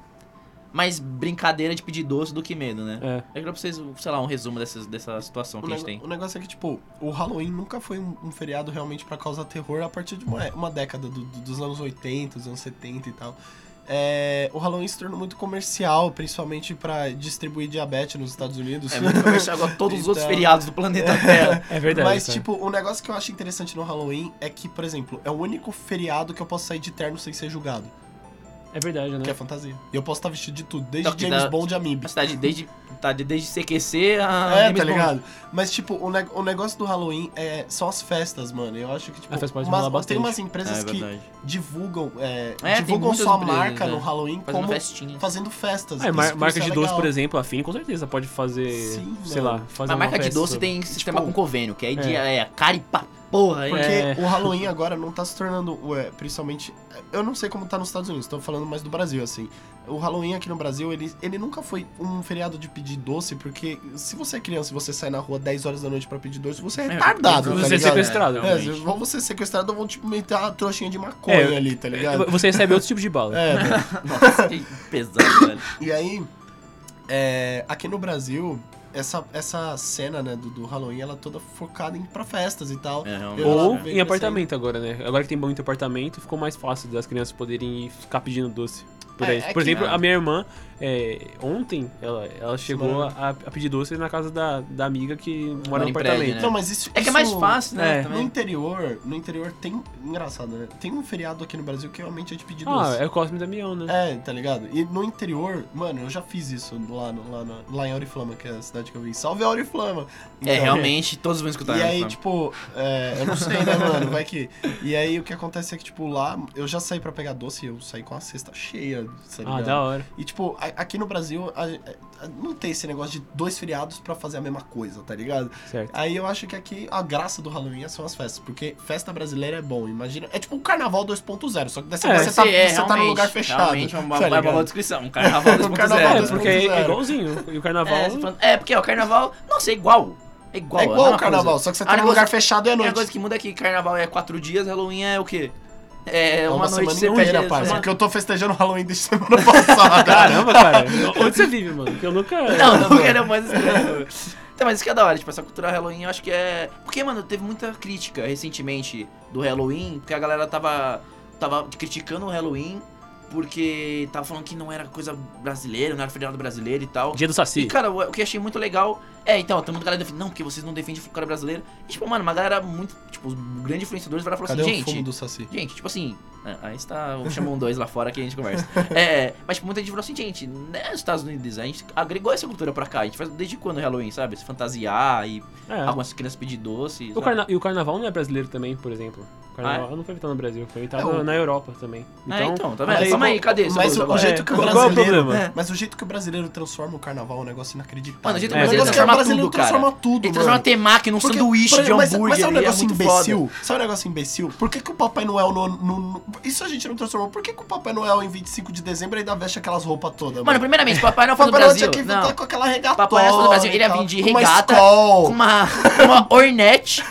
C: mais brincadeira de pedir doce do que medo, né?
E: É.
C: Eu quero pra vocês, sei lá, um resumo dessas, dessa situação
D: O,
C: que a gente
D: nego-
C: tem.
D: o negócio é que, tipo, o Halloween nunca foi um, um feriado realmente pra causar terror a partir de uma, é, uma década, do- do- dos anos 80, dos anos 70 e tal. É, o Halloween se tornou muito comercial, principalmente pra distribuir diabetes nos Estados Unidos.
C: É muito
D: [LAUGHS]
C: comercial agora todos os outros
D: Então-
C: feriados do planeta Terra.
E: É verdade.
D: Mas,
E: cara.
D: tipo, o negócio que eu acho interessante no Halloween é que, por exemplo, é o único feriado que eu posso sair de terno sem ser julgado,
E: É verdade, né?
D: que é fantasia. E eu posso estar vestido de tudo, desde
C: Não, que
D: James
C: dá-
D: Bond a Mib.
C: A cidade desde, tá, de- desde CQC
E: Ah,
C: a.
D: É,
C: James
D: tá
C: Bond.
D: ligado? Mas, tipo, o, neg- o negócio do Halloween é são as festas, mano. Eu acho que, tipo,
E: A festa pode
D: umas-
E: rolar
D: tem
E: bastante.
D: umas
C: É,
D: empresas
C: é
D: que
C: verdade.
D: divulgam, é,
C: É, tem
D: divulgam
C: muitas
D: sua
C: empresas,
D: marca
C: é.
D: no Halloween
C: Fazendo
D: como
C: festinha.
D: fazendo festas.
E: É, mar
D: Isso-
E: marca
D: isso
E: de
D: é
E: doce,
D: legal.
E: por exemplo, a FIM com certeza pode fazer,
D: Sim,
E: sei
D: mano.
E: lá, fazer
C: Mas
E: uma
C: marca de
E: festa
C: doce
E: sobre-
C: tem sistema com convênio, que é, de, é cari pra porra. hein?
D: Tipo, Porque
E: É.
D: o Halloween agora não tá se tornando, ué, principalmente. Eu não sei como tá nos Estados Unidos, tô falando mais do Brasil, assim. O Halloween aqui no Brasil, ele, ele nunca foi um feriado de pedir doce, porque se você é criança e você sai na rua 10 horas da noite pra pedir doce, você é retardado, tá
E: Você é
D: ligado?
E: sequestrado.
D: É,
C: realmente.
D: vão você sequestrado ou vão tipo meter uma trouxinha de maconha
E: É,
D: ali, tá ligado?
E: Você recebe outro tipo de bala.
D: É, velho.
C: [LAUGHS] Nossa, que pesado, velho.
D: E aí, é, aqui no Brasil, essa, essa cena né, do, do Halloween, ela é toda focada em ir pra festas e tal.
C: É, realmente.
D: Eu
E: Ou
D: acho que
E: em
D: vai
E: apartamento agora, né? Agora que tem muito apartamento, ficou mais fácil das crianças poderem ir ficar pedindo doce. Por,
D: É,
E: aí.
D: é que-
E: por exemplo, a minha irmã, é, ontem, ela, ela chegou
D: Mora-
E: a, a pedir doce na casa da, da amiga que
C: Mora
E: mora no
C: em prédio,
E: apartamento.
C: né?
D: Não, mas isso
C: É que é mais
D: isso-
C: fácil, né?
E: É.
D: No
C: também.
D: interior, no interior tem. Engraçado, né? Tem um feriado aqui no Brasil que realmente é de pedir
E: Ah,
D: doce.
E: é o Cosme e Damião, né?
D: É, tá ligado? E no interior, mano, eu já fiz isso lá, no- lá, no- lá em Auriflama, que é a cidade que eu vim. Salve Auriflama!
C: É,
D: Então,
C: realmente, tá, todos vão escutar. né,
D: E aí,
C: sabe?
D: tipo, é, eu não sei, né, mano? Vai que. E aí o que acontece é que, tipo, lá eu já saí pra pegar doce e eu saí com a cesta cheia, tá
E: Ah,
D: ligado?
E: da hora.
D: E, tipo, a- aqui no Brasil a- a- não tem esse negócio de dois feriados pra fazer a mesma coisa, tá ligado?
E: Certo.
D: Aí eu acho que aqui a graça do Halloween são as festas, porque festa brasileira é bom, imagina. É tipo um carnaval 2.0, só que dessa
E: É,
D: vez você, tá,
C: é,
D: você tá num
C: realmente,
D: lugar fechado.
C: Realmente, é uma,
D: tá
C: uma
D: ligado?
C: boa descrição. Um carnaval
D: [LAUGHS] Um
C: 2.0.
D: carnaval
E: É,
D: dois
E: porque é igualzinho. E o carnaval.
C: É, você falando- é, porque ó, o carnaval. Nossa, é igual. É igual,
D: É
C: a
D: igual
C: mesma
D: o carnaval,
C: coisa.
D: só que você
C: A
D: tá num
C: única
D: lugar
C: coisa-
D: fechado e
C: A
D: à
C: única
D: noite.
C: coisa que muda é que carnaval é quatro dias, Halloween é o quê? É,
D: É
C: uma,
D: uma
C: noite
D: semana
C: você
D: inteira,
C: perde-
D: parça.
C: uma-
D: Porque eu tô festejando o Halloween
C: [LAUGHS]
D: desde semana passada.
E: Caramba, cara. Onde você vive, mano? Porque eu nunca.
D: [LAUGHS]
C: Não, não quero mais isso. Então, mas isso que é da hora, tipo, essa cultura Halloween, eu acho que é. Porque, mano, teve muita crítica recentemente do Halloween, porque a galera tava, tava criticando o Halloween porque tava falando que não era coisa brasileira, não era feriado brasileiro e tal.
E: Dia do
C: E,
E: Saci.
C: cara, o o que eu achei muito legal é, então, tem muita galera defendendo, não, porque vocês não defendem o cara brasileiro. E, tipo, mano, uma galera muito, tipo, os grandes influenciadores vai lá e falar
D: Cadê
C: assim,
D: o fumo
C: gente,
D: do Saci?
C: Gente, tipo assim, é, aí está. Chamam dois lá fora que a gente conversa. É, mas tipo, muita gente falou assim, gente, né, nos Estados Unidos, a gente agregou essa cultura pra cá. A gente faz desde quando o Halloween, sabe? Se fantasiar e
E: É.
C: algumas crianças pedir doce.
E: O
C: sabe?
E: carna- E o carnaval não é brasileiro também, por exemplo. O carnaval não foi inventado no Brasil, foi inventado
D: É, o-
E: na Europa também. Então,
C: É, então, tá
D: Mas
C: vendo? Calma
D: o-
C: aí, cadê esse
D: mas
C: bagulho
D: o
C: agora?
D: jeito que o
E: qual- qual é o
D: brasileiro-
E: problema?
D: Mas o jeito que o brasileiro transforma o carnaval é um negócio inacreditável. um
C: Mano, o jeito que
E: É,
C: o brasileiro
E: mas
D: negócio que
C: transforma
D: brasileiro
C: tudo, cara.
D: transforma tudo,
C: Ele transforma
D: mano.
C: temaki num
D: Porque,
C: Um sanduíche
D: por
C: de
D: exemplo, mas-
C: hambúrguer.
D: Mas é um
C: ali,
D: negócio
C: muito
D: imbecil.
C: foda.
D: Sabe um negócio imbecil? Por que, que o Papai Noel não, não- não- Isso a gente não transformou. Por que, que o Papai Noel em 25 de dezembro ainda veste aquelas roupas todas?
C: Mano, primeiramente, Papai Noel
D: o
C: foi do
D: Papai Noel tinha
C: Brasil.
D: que
C: Não.
D: ficar com aquela regatona.
C: Papai Noel foi do Brasil.
D: e
C: Ele ia
D: tal,
C: vir de
D: com uma
C: regata,
D: Skol.
C: com uma, com uma Hornet,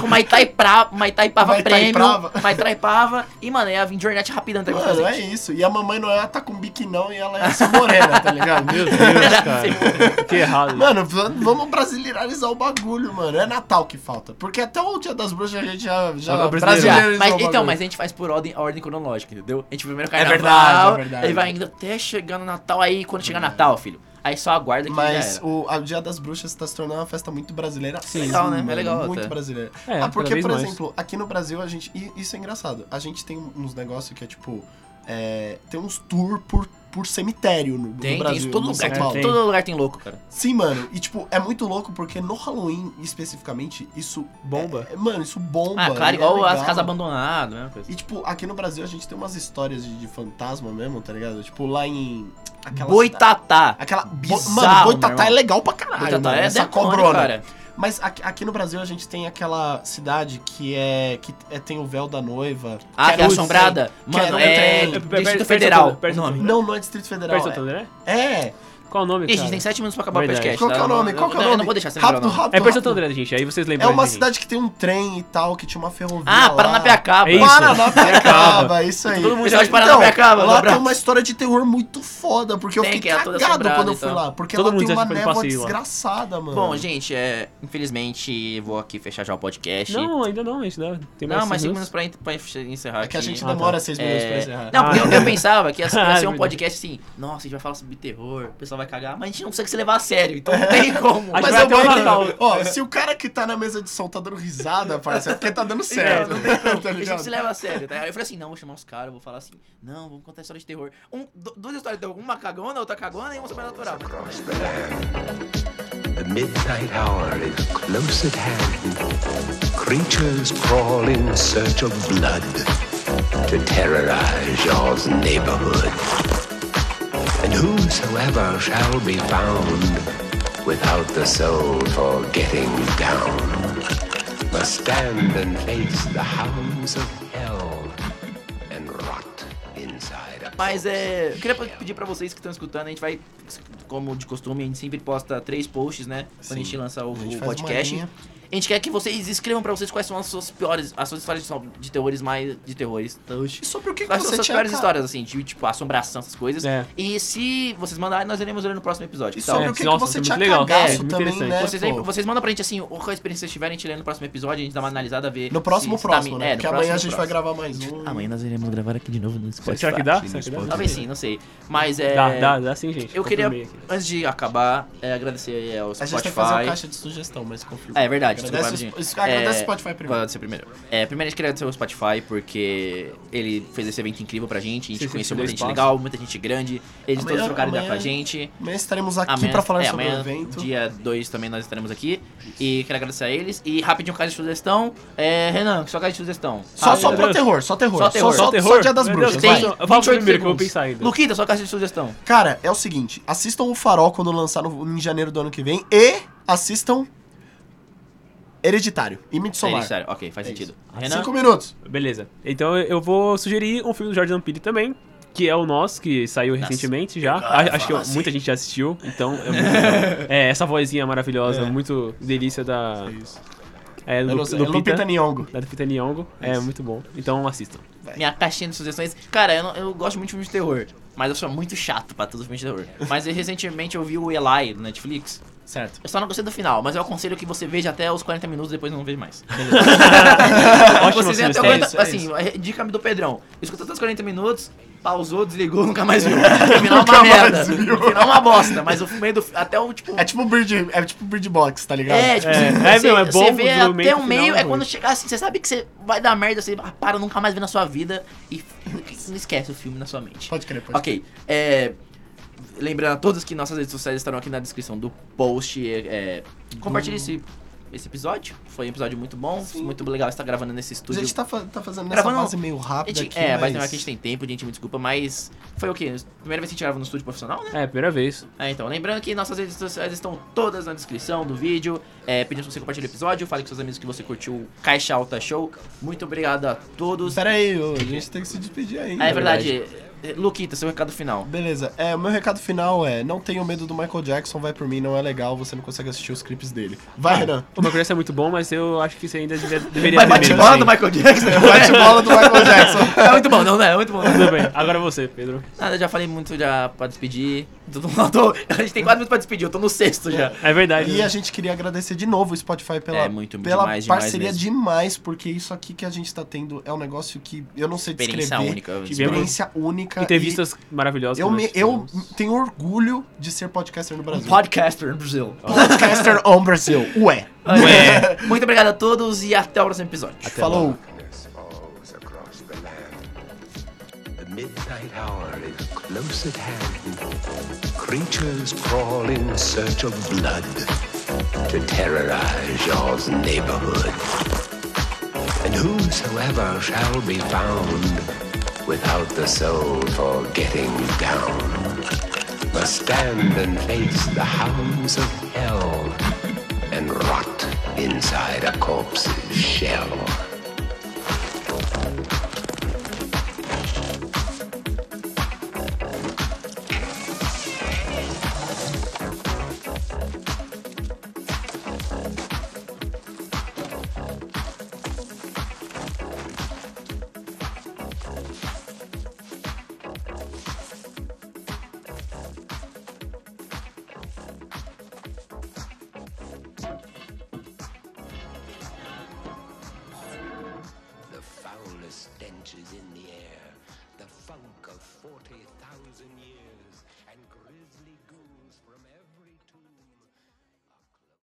C: com uma Itaipra, uma Itaipava
D: Uma
C: Premium,
D: Itaiprava.
C: uma Itaipava. E, mano, ia vir de Hornet rapidão. Tá
D: Mano, é isso. E a mamãe Noel tá com biquinão e ela é essa morena, tá ligado?
E: Meu Deus, cara. que errado.
D: Mano, v- vamos brasileirizar o bagulho, mano. É Natal que falta. Porque até o Dia das Bruxas a gente já, já
C: Já,
E: Ah, brasileiro.
D: brasileirizou
C: mas,
D: o bagulho.
C: então, mas a gente faz por ordem, a ordem cronológica, entendeu? A gente primeiro carnaval,
D: verdade, é verdade.
C: aí vai indo até chegar no Natal, aí quando chegar Natal, filho, aí só aguarda que
D: Mas
C: já era.
D: o, a Dia das Bruxas tá se tornando uma festa muito brasileira. Sim,
C: Legal, né? É legal
D: Muito
C: até.
D: brasileira.
E: É,
D: ah, porque,
E: cada vez
D: por
E: mais.
D: exemplo, aqui no Brasil a gente. e isso é engraçado. A gente tem uns negócios que é tipo. é, tem uns tour por, por cemitério no, no
C: Tem, tem
D: Brasil.
C: isso, todo
D: no São
C: lugar, né?
D: Paulo.
C: tem, todo lugar tem louco, cara.
D: Sim, mano. E tipo, é muito louco porque no Halloween, especificamente, isso.
E: Bomba.
D: é- mano, isso bomba.
C: Ah,
D: e é
C: claro, igual as
D: legal.
C: casas abandonadas, né? coisa.
D: E tipo, aqui no Brasil a gente tem umas histórias de, de fantasma mesmo, tá ligado? Tipo, lá em. aquela cidade-
C: Boitatá.
D: Aquela. bo-
C: Bizarro,
D: mano,
C: meu
D: Boitatá
C: irmão.
D: é legal pra caralho.
C: Boitatá
D: mano,
C: é
D: essa
C: demônio,
D: cobrona.
C: cara.
D: Mas aqui, aqui no Brasil a gente tem aquela cidade que é. que é- tem o véu da noiva.
C: Ah, que é
D: era um
C: assombrada?
D: trem, que
C: Mano,
D: era um
C: é
D: trem.
E: Perto- perto-
C: Distrito
E: perto-
C: Federal.
E: perto-
C: o nome.
D: Não, não é Distrito Federal.
E: Perto do
D: é-
E: Santander?
D: É.
E: Qual o nome,
C: Ih,
E: cara?
C: gente, tem 7 minutos pra acabar o
E: Verdade.
C: podcast.
D: Qual que
C: tá?
D: é o nome?
C: Eu-
D: Qual que é o
C: não,
D: nome?
C: Eu não vou deixar você
D: rápido,
C: lembrar, não.
D: rápido,
E: É Porto
D: rápido.
E: André, gente. Aí vocês
D: É
E: lembram.
D: uma
E: gente.
D: cidade que tem um trem e tal, que tinha uma ferrovia.
C: Ah,
D: lá.
C: Paranapiacaba.
E: É isso.
D: Paranapiacaba, isso aí.
E: Todo mundo
C: Pessoal de
D: Então,
C: Paranapiacaba, um
D: lá tem
C: abraço.
D: uma história de terror muito foda, porque eu
C: Tem,
D: fiquei
C: que é toda
D: cagado
C: assombrada,
D: quando eu fui
C: então.
D: lá. Porque
E: Todo
D: lá
E: mundo
D: tem
E: já
D: uma
E: foi
D: névoa
E: passeio lá.
D: desgraçada, mano.
C: Bom, gente, é, infelizmente vou aqui fechar já o podcast.
E: Não, ainda não, a gente dá. Tem mais
C: Não, mas 5
E: cinco
C: minutos pra, en- pra encerrar
D: É que a
C: aqui.
D: gente
E: Ah, tá.
D: demora seis minutos pra
C: É...
D: encerrar.
C: Não, porque eu,
E: Ah.
C: eu pensava que ia ser, ia ser [LAUGHS] um
E: Ah,
C: podcast assim, nossa, a gente vai falar sobre terror, o pessoal vai cagar, mas a gente não consegue se levar a sério, então não
D: [LAUGHS]
C: tem como.
E: A gente
D: Mas
E: vai
D: eu
E: até o
D: vou
E: Natal.
D: Ó, se o cara que tá na mesa de som tá dando risada, parça, é porque tá dando
C: É,
E: [LAUGHS]
D: certo.
C: não tem
E: Então,
C: como.
D: tá
C: a gente não se
D: ligado?
C: leva a sério, tá? Aí eu falei assim, não, vou chamar os caras, vou falar assim, não, vamos contar história de terror. Um, du- duas histórias de terror, uma cagona, outra cagona e uma sobrenatural.
F: across the land. The midnight hour is close at hand. Creatures crawl in search of blood to terrorize your neighborhood. And whosoever shall be found without the soul for getting down must stand and face the hounds of hell and rot inside a
C: Mas é. Eu queria pedir pra vocês que estão escutando, a gente vai, como de costume, a gente sempre posta três posts, né? Quando a gente lança o,
D: A gente
C: o
D: faz uma
C: podcast.
D: linha.
C: A gente quer que vocês escrevam pra vocês quais são as suas piores, as suas histórias de, som- de terrores mais. de terrores. Quais
D: E sobre o que, que
C: são as
D: Então, você
C: suas
D: tinha.
C: piores
D: cara?
C: histórias, assim, de tipo assombração, essas coisas.
E: É.
C: E se vocês mandarem, nós iremos ler no próximo episódio.
D: E
C: que tal?
D: sobre
E: É,
D: o que, que
E: nossa,
D: você
E: isso é
D: tinha
E: muito legal.
D: cagaço
E: É, muito
D: também,
E: interessante.
D: né?
C: Vocês,
D: pô?
C: aí- vocês mandam pra gente assim, qual experiência vocês tiverem, a gente lê no próximo episódio, a gente dá uma analisada, vê.
D: No próximo,
C: se- se tá-
D: próximo,
C: é,
D: né?
C: no
D: Porque amanhã
C: próximo,
D: a gente vai
C: próximo.
D: gravar mais um.
C: Amanhã nós iremos gravar aqui de novo no Spotify.
E: Será que dá? Será que dá?
C: Talvez sim, não sei. Mas é.
E: Dá, dá, dá sim, gente.
C: Eu queria,
E: Confirmei aqui.
C: antes de acabar, é, agradecer aí ao
D: A gente
C: Spotify.
D: vai fazer uma caixa de sugestão, mas confirma.
C: É, é verdade,
D: Agradece,
C: desculpa,
D: o-
C: gente.
D: isso- agradece
C: É,
D: o Spotify primeiro.
C: Agradecer primeiro. É, primeiro a gente queria agradecer ao Spotify porque ele fez esse evento incrível pra gente. A gente
E: Sim, sim,
C: conheceu
E: deu
C: muita gente
E: espaço.
C: legal, muita gente grande. Eles
D: Amanhã-
C: todos trocaram ideia
D: amanhã-
C: com a gente.
D: Amanhã estaremos aqui
C: Amanhã-
D: pra falar
C: é,
D: sobre
C: amanhã,
D: o evento.
C: Dia 2 também nós estaremos aqui. E quero agradecer a eles. E rapidinho, um caso de sugestão. É, Renan, só caso de sugestão.
D: Só,
C: Rápido.
D: só pra
E: Deus.
D: terror, só terror.
C: Ah, Só
D: Só,
C: terror.
D: só,
C: Só
D: só,
E: terror?
D: Dia das
E: Meu
D: Bruxas,
E: Deus,
C: Tem
D: vai.
E: só- fala
C: 28
E: primeiro que eu vou
C: segundos.
E: pensar ainda.
C: Luquita, só caso de sugestão.
D: Cara, é o seguinte, assistam o Farol quando lançar no- em janeiro do ano que vem e assistam Hereditário e Midsommar.
C: É, sério, ok, faz
D: É
C: sentido. Renan,
D: Cinco minutos.
E: Beleza. Então eu vou sugerir um filme do Jordan Peele também, que é o nosso, que saiu recentemente já. A- acho que eu-
C: assim.
E: muita gente já assistiu, então é
C: [LAUGHS]
E: muito legal. É, essa vozinha maravilhosa,
C: É.
E: muito delícia da. É,
D: Eu
E: Lu,
D: não sei, é
E: Lupita,
D: Lupita Nyong'o.
E: Da Lupita Nyong'o. É muito bom. Então assistam.
C: minha caixinha de sugestões. Cara, eu, não- eu gosto muito de filme de terror, mas eu sou muito chato pra todos os filmes de terror. Mas eu, recentemente eu vi o Eli no Netflix.
D: É. Certo.
C: Eu só não gostei do final, mas eu aconselho que você veja até os 40 minutos, depois eu não vejo mais.
E: Ótimo
C: [LAUGHS] Vocês até
E: sugestão.
C: aguenta,
D: isso, é
C: assim, dica-me do Pedrão. Escuta até os 40 minutos, pausou, desligou, [LAUGHS] nunca mais
D: [LAUGHS]
C: viu. O final é uma merda. O final é uma bosta, mas o meio do. Até o tipo.
D: É tipo Bird, é tipo Bird Box, tá ligado?
C: É, tipo,
E: É,
C: você,
E: é, meu, é
C: você
E: bom
C: vê
E: do meio
C: até
E: pro
C: o meio,
E: final,
C: é
E: ruim.
C: quando chegar assim, você sabe que você vai dar merda, você ah, para nunca mais ver na sua vida e f- não esquece o filme na sua mente.
D: Pode crer, pode
C: Ok, é, lembrando a todos que nossas redes sociais estarão aqui na descrição do post. é, é,
D: Hum.
C: compartilhe esse, esse episódio, foi um episódio muito bom, muito legal estar gravando nesse
D: A
C: estúdio.
D: gente tá, fa- tá fazendo essa
C: Gravando-
D: base meio
C: A
D: rápida
C: gente-
D: aqui,
C: é,
D: mas...
C: mas não é que a gente tem tempo, gente, me desculpa, mas foi o quê? Primeira vez que a gente grava no estúdio profissional, né?
E: É, primeira vez.
C: É, então, lembrando que nossas redes sociais estão todas na descrição do vídeo. É, pedimos que você compartilhe o episódio, fale com seus amigos que você curtiu o Caixa Alta Show. Muito obrigado a todos.
D: Pera aí, ô, a gente tem que se despedir ainda.
C: É verdade, é, Luquita, seu recado final.
D: Beleza, é, o meu recado final é: não tenham medo do Michael Jackson, vai por mim, não é legal, você não consegue assistir os clipes dele. Vai, Renan.
E: O meu criança é muito bom, mas eu acho que você ainda devia- deveria
C: Vai
E: ter
C: bate
E: medo,
C: bola
E: sim.
C: do Michael Jackson.
D: Bate bola do Michael Jackson.
C: É muito bom, não, não é muito bom.
E: Tudo bem, agora você, Pedro.
C: Nada, já falei muito já pra despedir. Todo mundo- tô- a gente tem quatro minutos pra despedir, eu tô no sexto já.
E: É verdade.
D: E a gente queria agradecer de novo o Spotify pela,
C: É, muito,
D: pela
C: demais, demais
D: parceria
C: mesmo.
D: demais, porque isso aqui que a gente tá tendo é um negócio que eu não sei descrever.
C: Experiência única. eu
E: Tivemos-
C: espero.
D: Experiência única.
E: Entrevistas maravilhosas.
D: E eu,
E: que
D: me,
E: nós
D: eu
E: tivemos.
D: tenho orgulho de ser podcaster no Brasil.
C: Podcaster no Brasil.
D: podcaster on Brasil. Ué.
C: Olha, Muito obrigado a todos e até o próximo episódio.
D: Falou.
F: darkness falls across the land. The midnight hour is close at hand. Creatures crawl in search of blood to terrorize your neighborhood. And whosoever shall be found without the soul for getting down must stand and face the hounds of hell and rot inside a corpse's shell. Cola stenches in the air, the funk of 40,000 years, and